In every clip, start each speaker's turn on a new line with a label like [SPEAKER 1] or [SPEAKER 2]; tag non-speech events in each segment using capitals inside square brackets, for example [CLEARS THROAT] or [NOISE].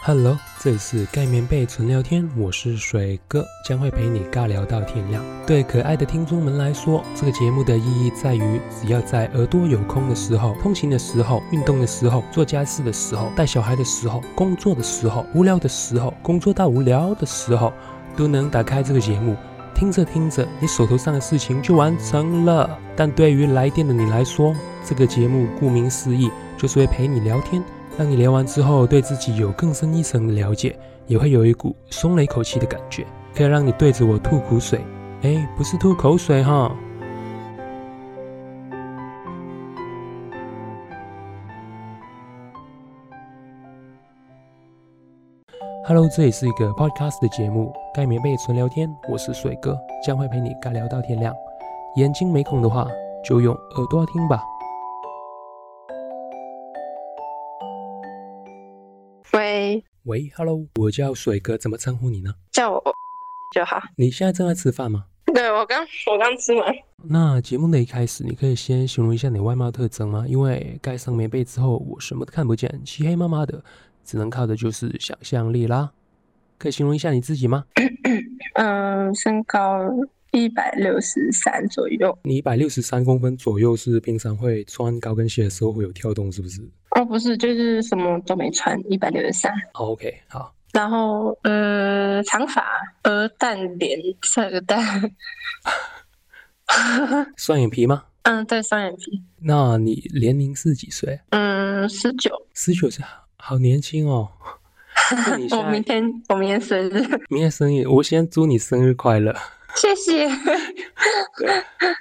[SPEAKER 1] Hello，这里是盖棉被纯聊天，我是水哥，将会陪你尬聊到天亮。对可爱的听众们来说，这个节目的意义在于，只要在耳朵有空的时候、通勤的时候、运动的时候、做家事的时候、带小孩的时候、工作的时候、无聊的时候、工作到无聊的时候，都能打开这个节目。听着听着，你手头上的事情就完成了。但对于来电的你来说，这个节目顾名思义就是会陪你聊天，让你聊完之后对自己有更深一层的了解，也会有一股松了一口气的感觉，可以让你对着我吐苦水。哎，不是吐口水哈。Hello，这里是一个 podcast 的节目，盖棉被纯聊天，我是水哥，将会陪你尬聊到天亮。眼睛没空的话，就用耳朵听吧。
[SPEAKER 2] 喂，
[SPEAKER 1] 喂，Hello，我叫水哥，怎么称呼你呢？
[SPEAKER 2] 叫我就好。
[SPEAKER 1] 你现在正在吃饭吗？
[SPEAKER 2] 对我刚我刚吃完，
[SPEAKER 1] 那节目的一开始，你可以先形容一下你的外貌特征吗？因为盖上棉被之后，我什么都看不见，漆黑麻麻的，只能靠的就是想象力啦。可以形容一下你自己吗？
[SPEAKER 2] 嗯，身高一百六十三左右。
[SPEAKER 1] 你一百六十三公分左右，是平常会穿高跟鞋的时候会有跳动，是不是
[SPEAKER 2] 哦，不是，就是什么都没穿，一百六十三。
[SPEAKER 1] 好？OK，好，
[SPEAKER 2] 然后呃，长发，鹅蛋脸，晒个蛋。 [LAUGHS]
[SPEAKER 1] 双眼皮吗？
[SPEAKER 2] 嗯，对，双眼皮。
[SPEAKER 1] 那你年龄是几岁？
[SPEAKER 2] 嗯，十九。
[SPEAKER 1] 十九岁，好年轻哦。
[SPEAKER 2] [LAUGHS]
[SPEAKER 1] 那你现
[SPEAKER 2] 我哦
[SPEAKER 1] 在
[SPEAKER 2] 明天我明天生日， [LAUGHS]
[SPEAKER 1] 明天生日，我先祝你生日快乐。
[SPEAKER 2] 谢谢。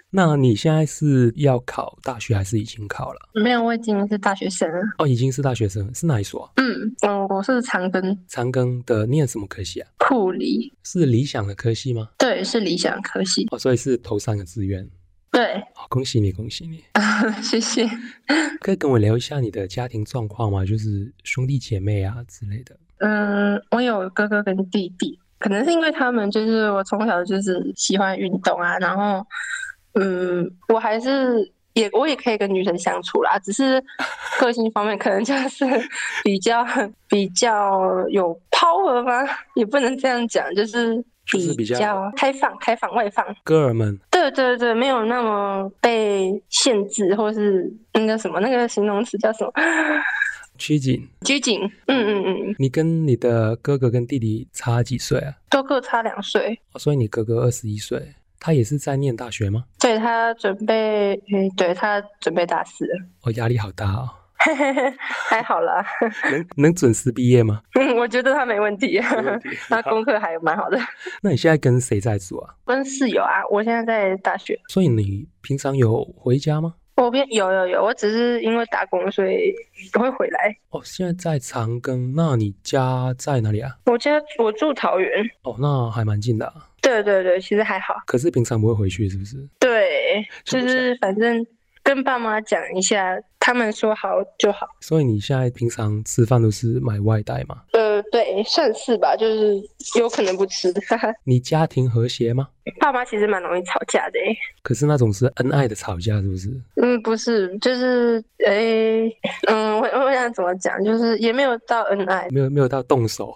[SPEAKER 1] 那你现在是要考大学还是已经考了？
[SPEAKER 2] 没有，我已经是大学生了。
[SPEAKER 1] 哦，已经是大学生了，是哪一所啊？
[SPEAKER 2] 嗯，嗯，我是长庚
[SPEAKER 1] 长庚的念什么科系啊？
[SPEAKER 2] 护理，
[SPEAKER 1] 是理想的科系吗？
[SPEAKER 2] 对，是理想科系。
[SPEAKER 1] 哦，所以是头三个志愿。
[SPEAKER 2] 对， [LAUGHS]
[SPEAKER 1] 哦，恭喜你，恭喜你！
[SPEAKER 2] 谢谢。
[SPEAKER 1] 可以跟我聊一下你的家庭状况吗？就是兄弟姐妹啊之类的。
[SPEAKER 2] 嗯，我有哥哥跟弟弟，可能是因为他们就是我从小就是喜欢运动啊，然后，嗯，我还是也我也可以跟女生相处啦，
[SPEAKER 1] [LAUGHS]
[SPEAKER 2] 只是个性方面可能就是比较比较有 power 吗？也不能这样讲，就是
[SPEAKER 1] 就是比
[SPEAKER 2] 比
[SPEAKER 1] 较
[SPEAKER 2] 较开放、开放、外放。
[SPEAKER 1] 哥儿们，
[SPEAKER 2] 对对对，没有那么被限制，或是那个什么那个形容词叫什么 [LAUGHS]
[SPEAKER 1] 曲颈，
[SPEAKER 2] 拘谨。嗯嗯嗯嗯，
[SPEAKER 1] 你跟你的哥哥跟弟弟差几岁啊？
[SPEAKER 2] 都各差两岁。
[SPEAKER 1] 哦所以你哥哥二十一岁，他也是在念大学吗？
[SPEAKER 2] 对他准备，诶，对他准备大四了，
[SPEAKER 1] 哦，压力好大哦。
[SPEAKER 2] 还好啦，
[SPEAKER 1] 能能准时毕业吗？
[SPEAKER 2] 嗯我觉得他没问题，他
[SPEAKER 1] 好
[SPEAKER 2] 功课还蛮好的。
[SPEAKER 1] [LAUGHS] 那你现在跟谁在住啊？
[SPEAKER 2] 跟室友啊，我现在在大学，
[SPEAKER 1] 所以你平常有回家吗？
[SPEAKER 2] 我边有有有，我只是因为打工，所以会回来。
[SPEAKER 1] 哦，现在在长庚，那你家在哪里啊？
[SPEAKER 2] 我家我住桃园，
[SPEAKER 1] 哦，那还蛮近的啊、
[SPEAKER 2] 对对对，其实还好，
[SPEAKER 1] 可是平常不会回去，是不是？
[SPEAKER 2] 对，
[SPEAKER 1] 住
[SPEAKER 2] 就
[SPEAKER 1] 不下
[SPEAKER 2] 是反正跟爸妈讲一下，他们说好就好。
[SPEAKER 1] 所以你现在平常吃饭都是买外带吗？
[SPEAKER 2] 呃，对，算是吧，就是有可能不吃。 [LAUGHS] 哈哈，
[SPEAKER 1] 你家庭和谐吗？
[SPEAKER 2] 爸妈其实蛮容易吵架的、欸。
[SPEAKER 1] 可是那种是恩爱的吵架，是不是？
[SPEAKER 2] 嗯，不是，就是诶、嗯，我我想怎么讲，就是也没有到恩爱，
[SPEAKER 1] 没有没有到动手，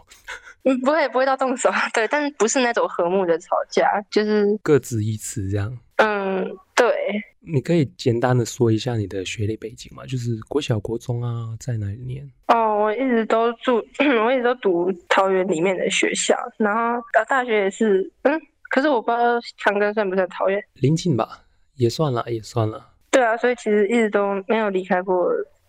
[SPEAKER 2] 嗯，不会不会到动手，啊对，但不是那种和睦的吵架，就是
[SPEAKER 1] 各执一词这样。
[SPEAKER 2] 嗯，对，
[SPEAKER 1] 你可以简单的说一下你的学历背景吗？就是国小、国中啊，在哪里念？
[SPEAKER 2] 哦，我一直都住， [CLEARS THROAT] 我一直都读桃园里面的学校，然后到大学也是，嗯，可是我不知道长庚算不算桃园，
[SPEAKER 1] 临近吧，也算了，也算了。
[SPEAKER 2] 对啊，所以其实一直都没有离开过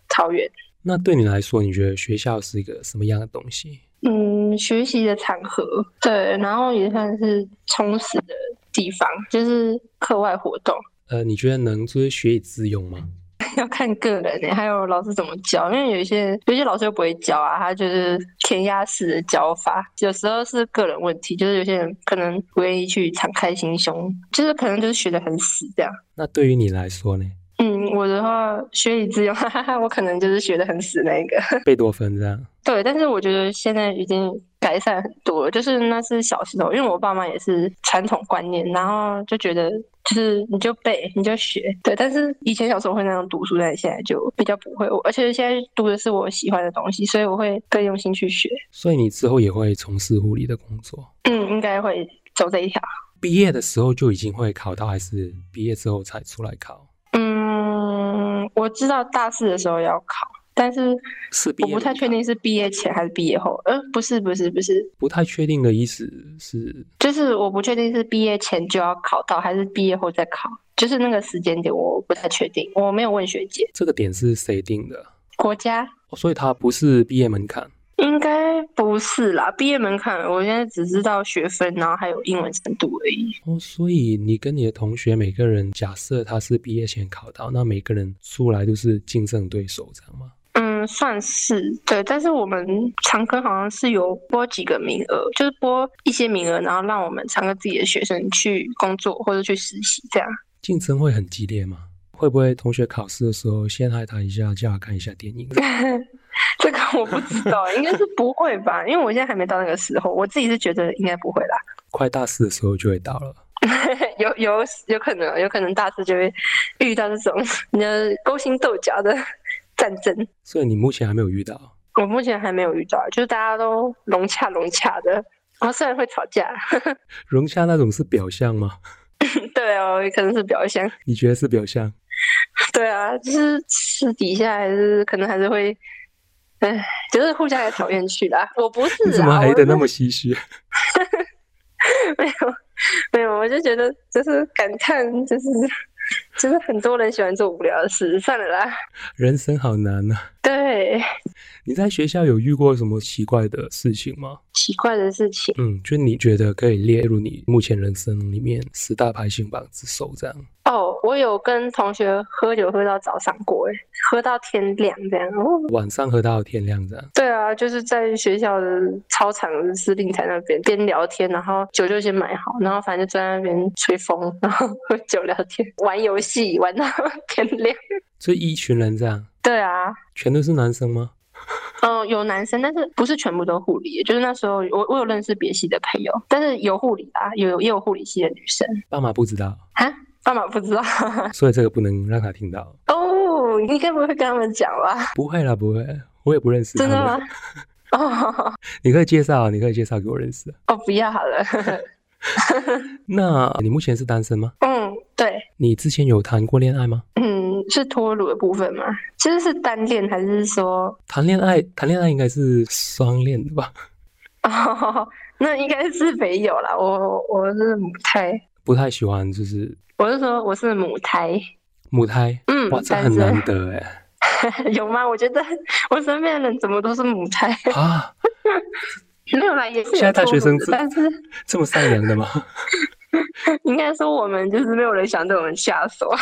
[SPEAKER 2] 桃园。
[SPEAKER 1] 那对你来说，你觉得学校是一个什么样的东西？
[SPEAKER 2] 嗯，学习的场合，对，然后也算是充实的地方，就是课外活动。
[SPEAKER 1] 呃，你觉得能就是学以致用吗？
[SPEAKER 2] 要看个人欸呢、还有老师怎么教，因为有一些有一些老师又不会教啊，他就是填鸭式的教法，有时候是个人问题，就是有些人可能不愿意去敞开心胸，就是可能就是学的很死这样。
[SPEAKER 1] 那对于你来说呢？
[SPEAKER 2] 嗯，我的话学以致用， [LAUGHS] 哈哈哈，我可能就是学的很死那一个。
[SPEAKER 1] 贝多芬这样，
[SPEAKER 2] 对，但是我觉得现在已经改善很多了。就是那是小时候，因为我爸妈也是传统观念，然后就觉得就是你就背你就学，对。但是以前小时候会那样读书，但现在就比较不会。我而且现在读的是我喜欢的东西，所以我会更用心去学。
[SPEAKER 1] 所以你之后也会从事护理的工作？
[SPEAKER 2] 嗯，应该会走这一条。
[SPEAKER 1] 毕业的时候就已经会考到，还是毕业之后才出来考？
[SPEAKER 2] 嗯，我知道大四的时候要考，但是
[SPEAKER 1] 是毕
[SPEAKER 2] 我
[SPEAKER 1] 业
[SPEAKER 2] 不太
[SPEAKER 1] 吗
[SPEAKER 2] 确定是毕业前还是毕业后。呃，不是，不是，不是，
[SPEAKER 1] 不太确定的意思是
[SPEAKER 2] 就是我不确定是毕业前就要考到，还是毕业后再考，就是那个时间点我不太确定，我没有问学姐。
[SPEAKER 1] 这个点是谁定的？
[SPEAKER 2] 国家
[SPEAKER 1] 哦所以它不是毕业门槛。
[SPEAKER 2] 应该不是啦，毕业门槛我现在只知道学分，然后还有英文程度而已。
[SPEAKER 1] 哦，所以你跟你的同学每个人，假设他是毕业前考到，那每个人出来都是竞争对手，这样吗？
[SPEAKER 2] 嗯，算是对，但是我们长科好像是有拨几个名额，就是拨一些名额，然后让我们长科自己的学生去工作或者去实习这样。
[SPEAKER 1] 竞争会很激烈吗？会不会同学考试的时候陷害他一下，叫他看一下电
[SPEAKER 2] [LAUGHS]
[SPEAKER 1] 影？
[SPEAKER 2] 这个我不知道，应该是不会吧？因为我现在还没到那个时候，我自己是觉得应该不会啦。
[SPEAKER 1] 快大四的时候就会到了。
[SPEAKER 2] [LAUGHS] 有有有可能，啊有可能大四就会遇到这种你的勾心斗角的战争。
[SPEAKER 1] 所以你目前还没有遇到，
[SPEAKER 2] 我目前还没有遇到，就是大家都融洽融洽的。然后虽然会吵架，
[SPEAKER 1] 融洽那种是表象吗？
[SPEAKER 2] 对哦，可能是表现。
[SPEAKER 1] 你觉得是表象？
[SPEAKER 2] 对啊，就是私底下还是可能还是会，唉，就是互相来讨厌去啦。我不是
[SPEAKER 1] 你怎么
[SPEAKER 2] 啦，
[SPEAKER 1] 黑
[SPEAKER 2] 我
[SPEAKER 1] 的
[SPEAKER 2] 是
[SPEAKER 1] 那么唏嘘？
[SPEAKER 2] 没有没有，我就觉得就是感叹，就是就是很多人喜欢做无聊的事，算了啦。
[SPEAKER 1] 人生好难啊！
[SPEAKER 2] 对，
[SPEAKER 1] 你在学校有遇过什么奇怪的事情吗？
[SPEAKER 2] 奇怪的事情，
[SPEAKER 1] 嗯，就你觉得可以列入你目前人生里面十大排行榜之首这样。
[SPEAKER 2] 哦，我有跟同学喝酒喝到早上过，哎，喝到天亮这样。哦，
[SPEAKER 1] 晚上喝到天亮这样，
[SPEAKER 2] 对啊，就是在学校的操场司令台那边边聊天，然后酒就先买好，然后反正就坐在那边吹风，然后喝酒聊天，玩游戏玩到 [LAUGHS] 天亮。
[SPEAKER 1] 就一群人这样，
[SPEAKER 2] 对啊，
[SPEAKER 1] 全都是男生吗？
[SPEAKER 2] 嗯、有男生，但是不是全部都护理，就是那时候我我有认识别系的朋友，但是有护理啊，有也有护理系的女生
[SPEAKER 1] 爸妈不知
[SPEAKER 2] [LAUGHS]
[SPEAKER 1] 道，
[SPEAKER 2] 啊，爸妈不知道 [LAUGHS]
[SPEAKER 1] 所以这个不能让他听到。
[SPEAKER 2] 哦，你该不会跟他们讲吧？
[SPEAKER 1] 不会啦，不会，我也不认识他
[SPEAKER 2] 真的
[SPEAKER 1] 们。
[SPEAKER 2] 吗？哦
[SPEAKER 1] 你可以介绍，你可以介绍给我认识。
[SPEAKER 2] 哦，不要好了。
[SPEAKER 1] 那你目前是单身吗？
[SPEAKER 2] 嗯，对，
[SPEAKER 1] 你之前有谈过恋爱吗？
[SPEAKER 2] 嗯，是脱乳的部分吗？其实是单恋还是说
[SPEAKER 1] 谈恋爱，谈恋爱应该是双恋的吧？
[SPEAKER 2] 哦，那应该是没有啦，我我是母胎，
[SPEAKER 1] 不太喜欢，就是
[SPEAKER 2] 我是说我是母胎，
[SPEAKER 1] 母胎。
[SPEAKER 2] 嗯
[SPEAKER 1] 哇，，这
[SPEAKER 2] 单
[SPEAKER 1] 很
[SPEAKER 2] 身
[SPEAKER 1] 难得哎
[SPEAKER 2] [LAUGHS] 有吗？我觉得我身边的人怎么都是母胎，
[SPEAKER 1] 啊！
[SPEAKER 2] 没有啦，也是有
[SPEAKER 1] 现在大学生
[SPEAKER 2] 脱乳
[SPEAKER 1] 是
[SPEAKER 2] 的但是
[SPEAKER 1] 这么善良的吗？ [LAUGHS]
[SPEAKER 2] 应该说我们就是没有人想对我们下手。啊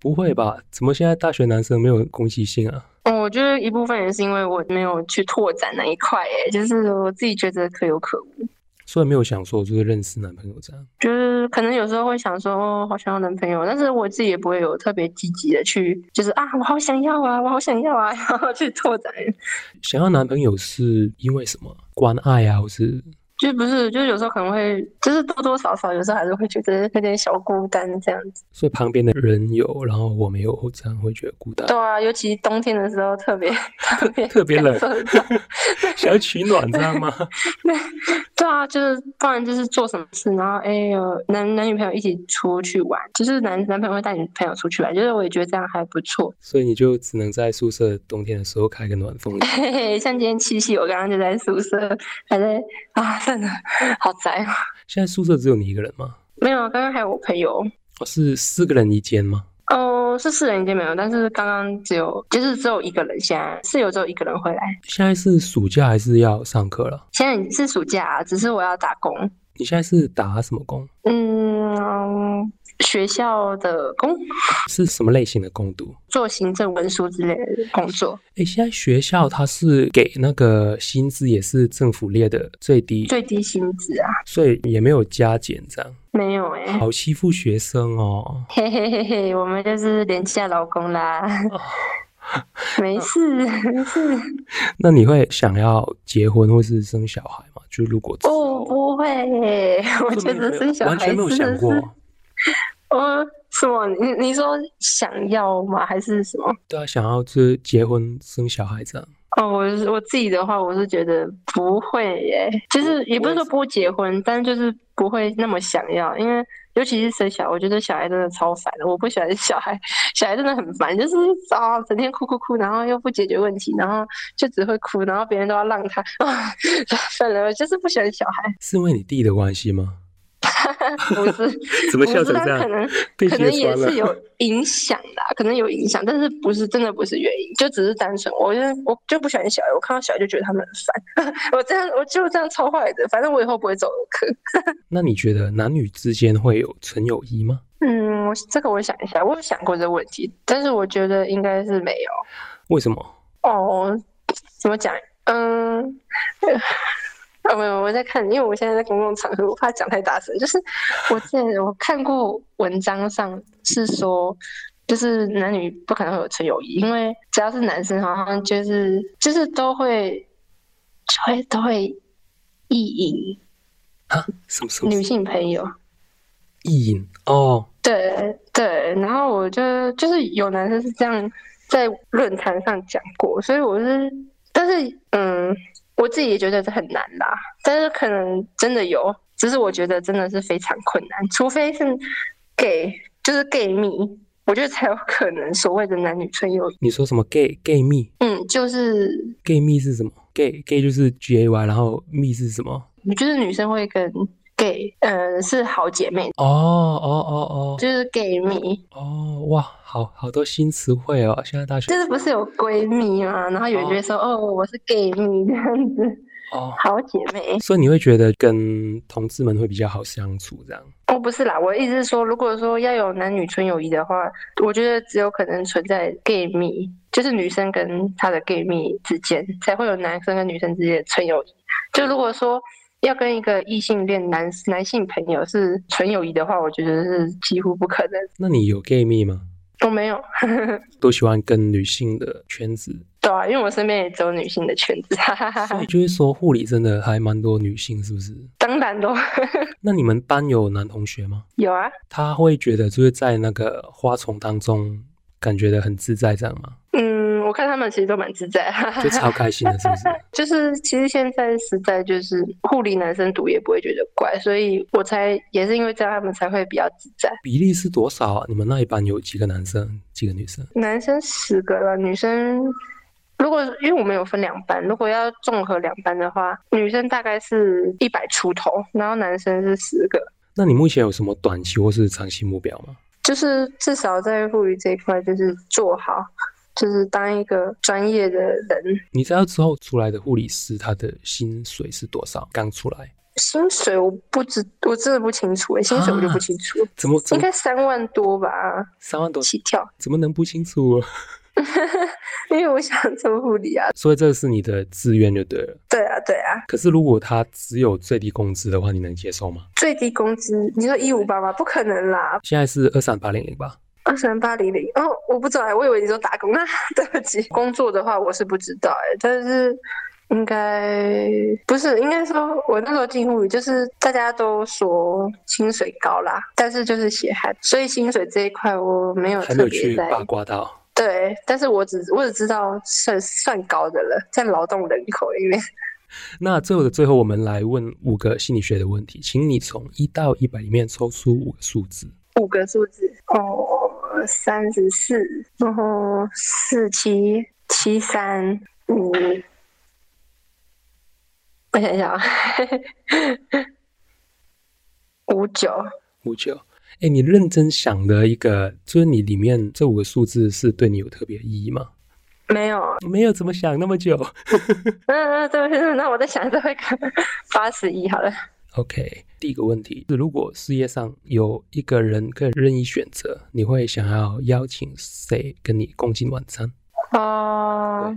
[SPEAKER 1] 不会吧？怎么现在大学男生没有攻击性啊？
[SPEAKER 2] 嗯我觉得一部分也是因为我没有去拓展那一块，哎，就是我自己觉得可有可无，
[SPEAKER 1] 所以没有想说就是认识男朋友这样。
[SPEAKER 2] 就是可能有时候会想说，哦，好想要男朋友，但是我自己也不会有特别积极的去，就是啊，我好想要啊，我好想要啊， [LAUGHS] 然后去拓展。
[SPEAKER 1] 想要男朋友是因为什么？关爱啊，或是
[SPEAKER 2] 就不是，就是有时候可能会，就是多多少少，有时候还是会觉得有点小孤单这样子。
[SPEAKER 1] 所以旁边的人有，然后我没有，这样会觉得孤单
[SPEAKER 2] 对，啊，尤其冬天的时候特别特别
[SPEAKER 1] 特别冷
[SPEAKER 2] 感受得到
[SPEAKER 1] 想要取暖，知道吗？
[SPEAKER 2] 对啊，就是不然就是做什么事，然后哎呦，男男女朋友一起出去玩，就是男男朋友会带女朋友出去玩，就是我也觉得这样还不错。
[SPEAKER 1] 所以你就只能在宿舍冬天的时候开个暖风。
[SPEAKER 2] 嘿嘿， [LAUGHS] 像今天七夕，我刚刚就在宿舍，还在啊，算了，好宅哦。
[SPEAKER 1] 现在宿舍只有你一个人吗？
[SPEAKER 2] 没有，啊刚刚还有我朋友，
[SPEAKER 1] 哦，是四个人一间吗？
[SPEAKER 2] 哦，是四人一间没有，但是刚刚只有就是只有一个人，现在室友只有一个人回来。
[SPEAKER 1] 现在是暑假还是要上课了？
[SPEAKER 2] 现在是暑假、啊，只是我要打工。
[SPEAKER 1] 你现在是打什么工？
[SPEAKER 2] 嗯，学校的工
[SPEAKER 1] 是什么类型的工读？
[SPEAKER 2] 做行政文书之类的工作，
[SPEAKER 1] 诶，现在学校它是给那个薪资也是政府列的最低，
[SPEAKER 2] 最低薪资啊，
[SPEAKER 1] 所以也没有加减这样，
[SPEAKER 2] 没有哎、
[SPEAKER 1] 好欺负学生哦。
[SPEAKER 2] 嘿嘿嘿嘿，我们就是廉价劳工啦，没事没事。
[SPEAKER 1] 那你会想要结婚或是生小孩吗？就如果
[SPEAKER 2] 哦，不会耶，我觉得是小孩
[SPEAKER 1] 完全没有想过
[SPEAKER 2] 真的。是呃，什么？你你说想要吗？还是什么？
[SPEAKER 1] 对啊，想要就是结婚生小孩这样。
[SPEAKER 2] 哦，我是我自己的话，我是觉得不会耶，就是也不是说不结婚，但就是不会那么想要，因为尤其是生小孩，我觉得小孩真的超烦的，我不喜欢小孩，小孩真的很烦，就是啊、整天哭哭哭，然后又不解决问题，然后就只会哭，然后别人都要让他， [LAUGHS] 啊，算了，我就是不喜欢小孩，
[SPEAKER 1] 是因为你弟的关系吗？
[SPEAKER 2] 不是，
[SPEAKER 1] 怎
[SPEAKER 2] 我
[SPEAKER 1] 么
[SPEAKER 2] 不
[SPEAKER 1] 笑
[SPEAKER 2] 知
[SPEAKER 1] 成这
[SPEAKER 2] 道可
[SPEAKER 1] 样？
[SPEAKER 2] 能
[SPEAKER 1] [LAUGHS] 被
[SPEAKER 2] 可能
[SPEAKER 1] 揭
[SPEAKER 2] 也
[SPEAKER 1] 穿
[SPEAKER 2] 是
[SPEAKER 1] 了。
[SPEAKER 2] 有影响的啊、可能有影响，但是不是真的不是原因，就只是单纯，我就是我就不喜欢小孩，我看到小孩就觉得他们很烦， [LAUGHS] 我这样我就这样超坏的，反正我以后不会走的坑。
[SPEAKER 1] [LAUGHS] 那你觉得男女之间会有纯友谊吗？
[SPEAKER 2] [LAUGHS] 嗯，我这个我想一下，我有想过这个问题，但是我觉得应该是没有
[SPEAKER 1] 为什么？
[SPEAKER 2] 哦，怎么讲？嗯。呃，没有，我在看，因为我现在在公共场合，我怕讲太大声。就是我之前我看过文章上是说，就是男女不可能会有纯友谊，因为只要是男生，好像就是就是都会就会都会意淫
[SPEAKER 1] 啊？什么什
[SPEAKER 2] 女
[SPEAKER 1] 么
[SPEAKER 2] 性朋友。
[SPEAKER 1] 意淫？哦，
[SPEAKER 2] 对对，然后我就就是有男生是这样在论坛上讲过，所以我是，但是嗯，我自己也觉得这很难啦，但是可能真的有，只是我觉得真的是非常困难，除非是 gay，就是 gay 蜜，我觉得才有可能所谓的男女纯友谊。
[SPEAKER 1] 你说什么 gay gay 蜜
[SPEAKER 2] 嗯，就是
[SPEAKER 1] ？gay 蜜是什么？gay gay 就是 G A Y，然后蜜是什么？
[SPEAKER 2] 就是女生会跟 gay，呃，是好姐妹，
[SPEAKER 1] 哦哦哦
[SPEAKER 2] 就是 gay 蜜，
[SPEAKER 1] 哦哦，哇，好好多新词汇哦！现在大学
[SPEAKER 2] 就是不是有闺蜜嘛，然后有人就会说哦，我是 gay 蜜这样子。
[SPEAKER 1] 哦，
[SPEAKER 2] 好姐妹，
[SPEAKER 1] 所以你会觉得跟同志们会比较好相处这样？
[SPEAKER 2] 哦，不是啦，我的意思是说，如果说要有男女纯友谊的话，我觉得只有可能存在 gay 蜜，就是女生跟她的 gay 蜜之间才会有男生跟女生之间的纯友谊。就如果说要跟一个异性恋男男性朋友是纯友谊的话，我觉得是几乎不可能。
[SPEAKER 1] 那你有 gay 蜜吗？
[SPEAKER 2] 都没有，
[SPEAKER 1] 都喜欢跟女性的圈子，
[SPEAKER 2] 对啊，因为我身边也只有女性的圈子，哈哈哈
[SPEAKER 1] 所
[SPEAKER 2] 哈 [LAUGHS]
[SPEAKER 1] 以。就是说护理真的还蛮多女性，是不是？
[SPEAKER 2] 当然都
[SPEAKER 1] 那你们班有男同学吗？
[SPEAKER 2] 有啊，
[SPEAKER 1] 他会觉得就是在那个花丛当中感觉的很自在，这样
[SPEAKER 2] [LAUGHS]
[SPEAKER 1] 吗？
[SPEAKER 2] 嗯，我看他们其实都蛮自在，哈哈
[SPEAKER 1] 就
[SPEAKER 2] 哈。
[SPEAKER 1] 超开心的，是不是？
[SPEAKER 2] 就是其实现在时代就是护理男生读也不会觉得怪，所以我才也是因为这样他们才会比较自在。
[SPEAKER 1] 比例是多少啊？你们那一班有几个男生，几个女生？
[SPEAKER 2] 男生十个了，女生如果因为我们有分两班，如果要综合两班的话，女生大概是一百出头，然后男生是十个。
[SPEAKER 1] 那你目前有什么短期或是长期目标吗？
[SPEAKER 2] 就是至少在护理这一块，就是做好，就是当一个专业的人。
[SPEAKER 1] 你知道之后出来的护理师他的薪水是多少？刚出来
[SPEAKER 2] 薪水我不知，我真的不清楚、欸，薪水我就不清楚了，
[SPEAKER 1] 怎么怎
[SPEAKER 2] 应
[SPEAKER 1] 么
[SPEAKER 2] 该三万多吧，
[SPEAKER 1] 三万多？
[SPEAKER 2] 起跳。
[SPEAKER 1] 怎么能不清楚？啊
[SPEAKER 2] 因为我想做护理啊，
[SPEAKER 1] [LAUGHS] 所以这是你的志愿就对了。
[SPEAKER 2] 对啊，对啊，
[SPEAKER 1] 可是如果他只有最低工资的话，你能接受吗？
[SPEAKER 2] 最低工资你说一五八吗？不可能啦，
[SPEAKER 1] 现在是二三八零零吧？
[SPEAKER 2] 二三八零零哦，我不知道欸，我以为你说打工啊，对不
[SPEAKER 1] 嗯
[SPEAKER 2] 起，工作的话我是不知道哎，但是应该不是，应该说我那时候进护理就是大家都说薪水高啦，但是就是血汗，所以薪水这一块我没有
[SPEAKER 1] 还没
[SPEAKER 2] 嗯特
[SPEAKER 1] 有
[SPEAKER 2] 别
[SPEAKER 1] 去
[SPEAKER 2] 在意
[SPEAKER 1] 八卦到。
[SPEAKER 2] 对，但是我只我只知道算算高的了，在劳动人口里面。
[SPEAKER 1] 那最后的最后，我们来问五个心理学的问题，请你从一到一百里面抽出五个数字。
[SPEAKER 2] 五个数字哦，三十四，然后四七七三五，我想一想啊，五九
[SPEAKER 1] 五九，哎，你认真想的一个，就是你里面这五个数字是对你有特别意义吗？
[SPEAKER 2] 没有，
[SPEAKER 1] 没有，怎么想那么久 [LAUGHS]
[SPEAKER 2] 嗯嗯，对不起，那我在想这会看八十一好了，
[SPEAKER 1] ？OK，第一个问题是，如果世界上有一个人可以任意选择，你会想要邀请谁跟你共进晚餐？
[SPEAKER 2] 哦，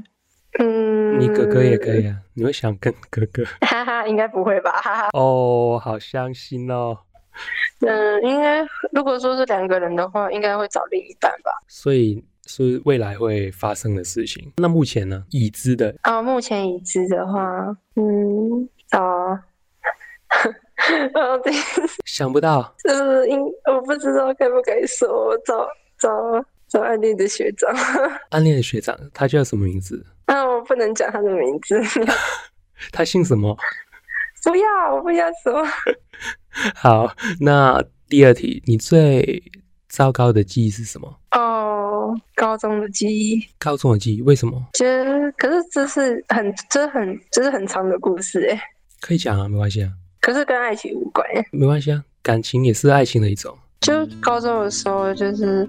[SPEAKER 2] 嗯，
[SPEAKER 1] 你哥哥也可，以啊，你会想跟哥哥？
[SPEAKER 2] 哈哈，应该不会吧，哈哈，
[SPEAKER 1] 哦，好伤心哦。
[SPEAKER 2] 嗯，应该如果说是两个人的话，应该会找另一半吧。
[SPEAKER 1] 所以是未来会发生的事
[SPEAKER 2] 哦
[SPEAKER 1] 情。那目前呢，已知的
[SPEAKER 2] 啊，目前已知的话，嗯，找 [LAUGHS] 嗯，对，
[SPEAKER 1] 想不到，
[SPEAKER 2] 就是应我不知道该不该说，我找找找暗恋的学长， [LAUGHS]
[SPEAKER 1] 暗恋的学长，他叫什么名字？
[SPEAKER 2] 啊，我不能讲他的名字， [LAUGHS]
[SPEAKER 1] 他姓什么？ [LAUGHS]
[SPEAKER 2] 不要，我不要说。
[SPEAKER 1] 好，那第二题，你最糟糕的记忆是什么？
[SPEAKER 2] 哦，高中的记忆，
[SPEAKER 1] 高中的记忆为什么？
[SPEAKER 2] 其实可是这是很这很这是很长的故事哎，
[SPEAKER 1] 可以讲啊，没关系啊，
[SPEAKER 2] 可是跟爱情无关哎。
[SPEAKER 1] 没关系啊，感情也是爱情的一种。
[SPEAKER 2] 就高中的时候，就是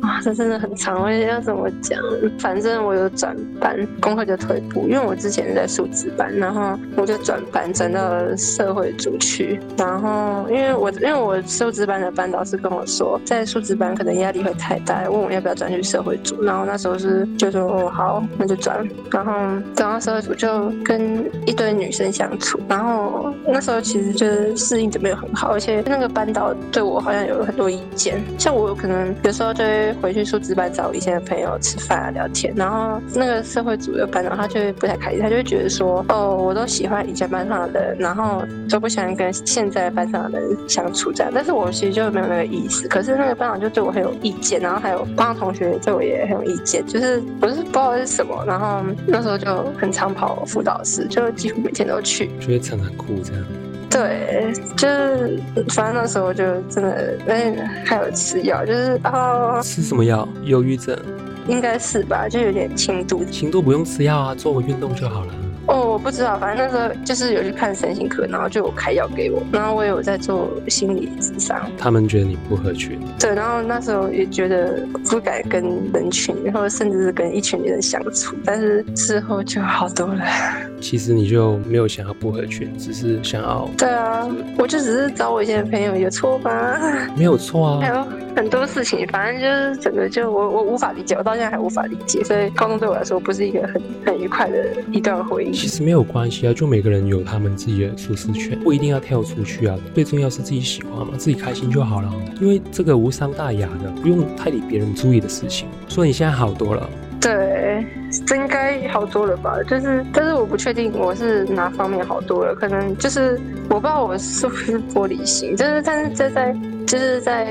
[SPEAKER 2] 啊，这真的很长，我也要怎么讲？反正我有转班，功课就退步，因为我之前在数值班，然后我就转班转到了社会组去。然后因为我因为我数值班的班导师跟我说，在数值班可能压力会太大，问我要不要转去社会组。然后那时候是就说哦好，那就转。然后转到社会组就跟一堆女生相处，然后那时候其实就是适应的没有很好，而且那个班导对我好像有很多意见。像我可能有时候就会回去数值班找以前的朋友吃饭啊聊天，然后那个社会组的班长他就会不太开心，他就会觉得说哦，我都喜欢以前班上的人，然后都不喜欢跟现在班上的人相处这样。但是我其实就没有那个意思，可是那个班长就对我很有意见，然后还有班上同学对我也很有意见，就是我是不知道是什么，然后那时候就哎很常跑辅导室，就几乎每天都去。
[SPEAKER 1] 就会常常哭这样。
[SPEAKER 2] 对，就是反正那时候就真的，哎，还有吃药，就是哦，
[SPEAKER 1] 吃什么药？忧郁症，
[SPEAKER 2] 应该是吧，就有点轻度。
[SPEAKER 1] 轻度不用吃药啊，做个运动就好了。
[SPEAKER 2] 哦，我不知道，反正那时候就是有去看身心科，然后就有开药给我，然后我也有在做心理咨商。
[SPEAKER 1] 他们觉得你不合群，
[SPEAKER 2] 对，然后那时候也觉得不敢跟人群，然后甚至是跟一群人相处，但是之后就好多了。 [LAUGHS]
[SPEAKER 1] 其实你就没有想要不合群，只是想要
[SPEAKER 2] 对啊，我就只是找我以前的朋友，有错吗？
[SPEAKER 1] 没有错
[SPEAKER 2] 还
[SPEAKER 1] 啊。
[SPEAKER 2] 有很多事情，反正就是整个就我我无法理解，我到现在还无法理解，所以高中对我来说不是一个很很愉快的一段回忆。
[SPEAKER 1] 其实没有关系啊，就每个人有他们自己的舒适圈，不一定要跳出去啊。最重要是自己喜欢嘛，自己开心就好了。因为这个无伤大雅的，不用太理别人注意的事情。所以你现在好多了，
[SPEAKER 2] 对，这应该好多了吧？就是，但是我不确定我是哪方面好多了，可能就是我不知道我是不是玻璃心，就是但是这在就是在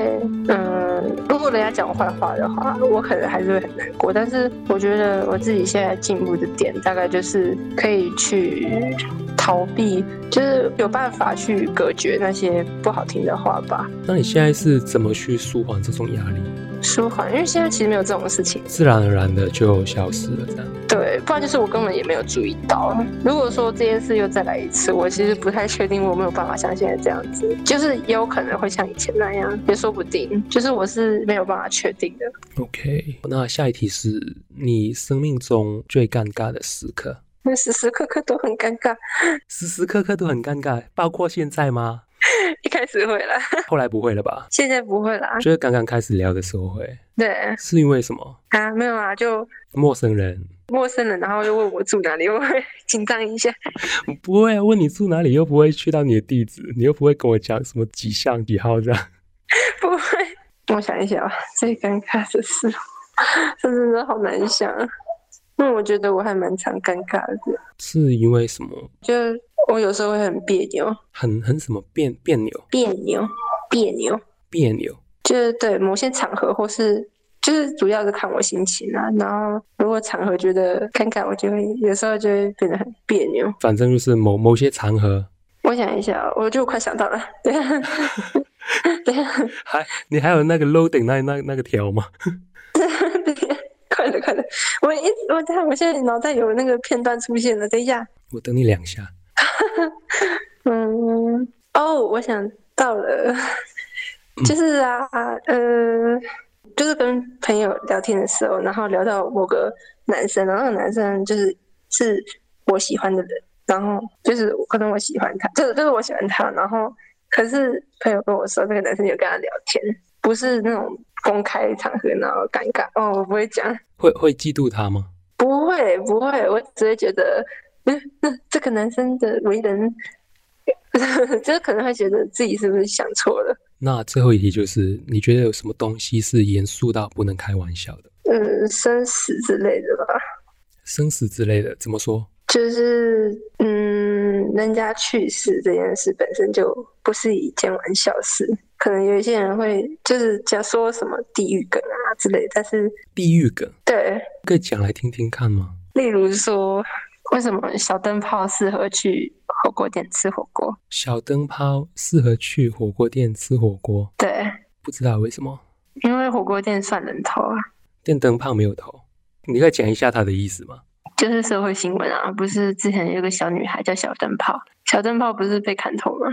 [SPEAKER 2] 嗯、呃如果人家讲我坏话的话，我可能还是会很难过。但是我觉得我自己现在进步的点，大概就是可以去逃避，就是有办法去隔绝那些不好听的话吧，
[SPEAKER 1] 那你现在是怎么去舒缓这种压力？
[SPEAKER 2] 舒缓，因为现在其实没有这种事情。
[SPEAKER 1] 自然而然的就消失了，这样。
[SPEAKER 2] 对，不然就是我根本也没有注意到。如果说这件事又再来一次，我其实不太确定我有没有办法像现在这样子，就是也有可能会像以前那样，也说不定。就是我是没有办法确定的。
[SPEAKER 1] OK，那下一题是你生命中最尴尬的时刻，
[SPEAKER 2] 那时时刻刻都很尴尬，
[SPEAKER 1] 时时刻刻都很尴尬，包括现在吗？
[SPEAKER 2] 一开始会啦， [LAUGHS]
[SPEAKER 1] 后来不会了吧？
[SPEAKER 2] 现在不会啦。
[SPEAKER 1] 就是刚刚开始聊的时候会，
[SPEAKER 2] 对
[SPEAKER 1] 是因为什么？
[SPEAKER 2] 啊，没有啊，就
[SPEAKER 1] 陌生人
[SPEAKER 2] 陌生人，然后又问我住哪里，我会紧张一下。
[SPEAKER 1] [LAUGHS] 不会啊问你住哪里，又不会去到你的地址，你又不会跟我讲什么几巷几号这样。
[SPEAKER 2] 不会，我想一想啊，最尴尬的事，这真的好难想啊。因为我觉得我还蛮常尴尬的。
[SPEAKER 1] [LAUGHS] 是因为什么？
[SPEAKER 2] 就我有时候会很别扭，
[SPEAKER 1] 很很什么别别扭
[SPEAKER 2] 别扭，别扭，
[SPEAKER 1] 别扭？
[SPEAKER 2] 就是对某些场合或是。就是主要是看我心情啊，然后如果场合觉得尴尬，我就会有时候就会变得很别扭。
[SPEAKER 1] 反正就是某某些场合，
[SPEAKER 2] 我想一下，我就快想到了， [LAUGHS] 对，啊对，
[SPEAKER 1] [LAUGHS]
[SPEAKER 2] 啊
[SPEAKER 1] 还你还有那个 loading 那那那个条吗？
[SPEAKER 2] 快了快了，我一我等下我现在脑袋有那个片段出现了，等一下，
[SPEAKER 1] 我等你两下。
[SPEAKER 2] 嗯，哦，我想到了， [LAUGHS] 就是啊，呃，就是跟朋友聊天的时候，然后聊到某个男生，然后那个男生就是是我喜欢的人，然后就是可能我喜欢他，就是就是我喜欢他，然后可是朋友跟我说，这个男生有跟他聊天，不是那种公开场合，然后尴尬，哦，我不会讲，
[SPEAKER 1] 会会嫉妒他吗？
[SPEAKER 2] 不会不会，我只会觉得， [LAUGHS] 嗯，那这个男生的为人， [LAUGHS] 就是可能会觉得自己是不是想错了。
[SPEAKER 1] 那最后一题就是，你觉得有什么东西是严肃到不能开玩笑的？
[SPEAKER 2] 嗯，生死之类的吧，
[SPEAKER 1] 生死之类的，怎么说？
[SPEAKER 2] 就是嗯，人家去世这件事本身就不是一件玩笑事，可能有一些人会就是讲说什么地狱梗啊之类，但是
[SPEAKER 1] 地狱梗
[SPEAKER 2] 对，
[SPEAKER 1] 可以讲来听听看吗？
[SPEAKER 2] 例如说为什么小灯泡适合去火锅店吃火锅？
[SPEAKER 1] 小灯泡适合去火锅店吃火锅，
[SPEAKER 2] 对，
[SPEAKER 1] 不知道为什么
[SPEAKER 2] 因为火锅店算人头啊，
[SPEAKER 1] 电灯泡没有头，你可以讲一下它的意思吗？
[SPEAKER 2] 就是社会新闻啊，不是之前有个小女孩叫小灯泡，小灯泡不是被砍头吗？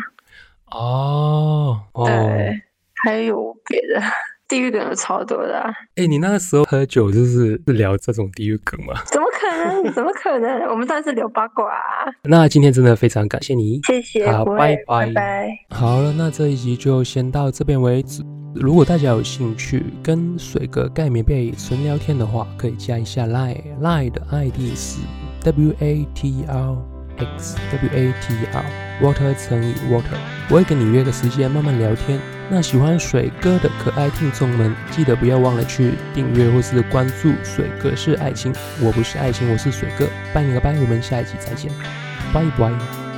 [SPEAKER 1] 哦哦，哎、
[SPEAKER 2] 对，还有别的地狱梗有超多的、啊，
[SPEAKER 1] 你那个时候喝酒就是是聊这种地狱梗吗？
[SPEAKER 2] 怎么可能？怎么可能？我们当然是聊八卦、啊，
[SPEAKER 1] 那今天真的非常感谢你，
[SPEAKER 2] 谢谢，
[SPEAKER 1] 好
[SPEAKER 2] 不会
[SPEAKER 1] 拜拜
[SPEAKER 2] 拜拜
[SPEAKER 1] 好了，那这一集就先到这边为止。如果大家有兴趣跟水哥盖棉被纯聊天的话，可以加一下 Line，Line 的 ID 是 W A T R X W A T R Water 乘以 Water。我会跟你约个时间慢慢聊天。那喜欢水哥的可爱听众们，记得不要忘了去订阅或是关注水哥是爱情，我不是爱情，我是水哥。拜你个拜，我们下一集再见，拜拜。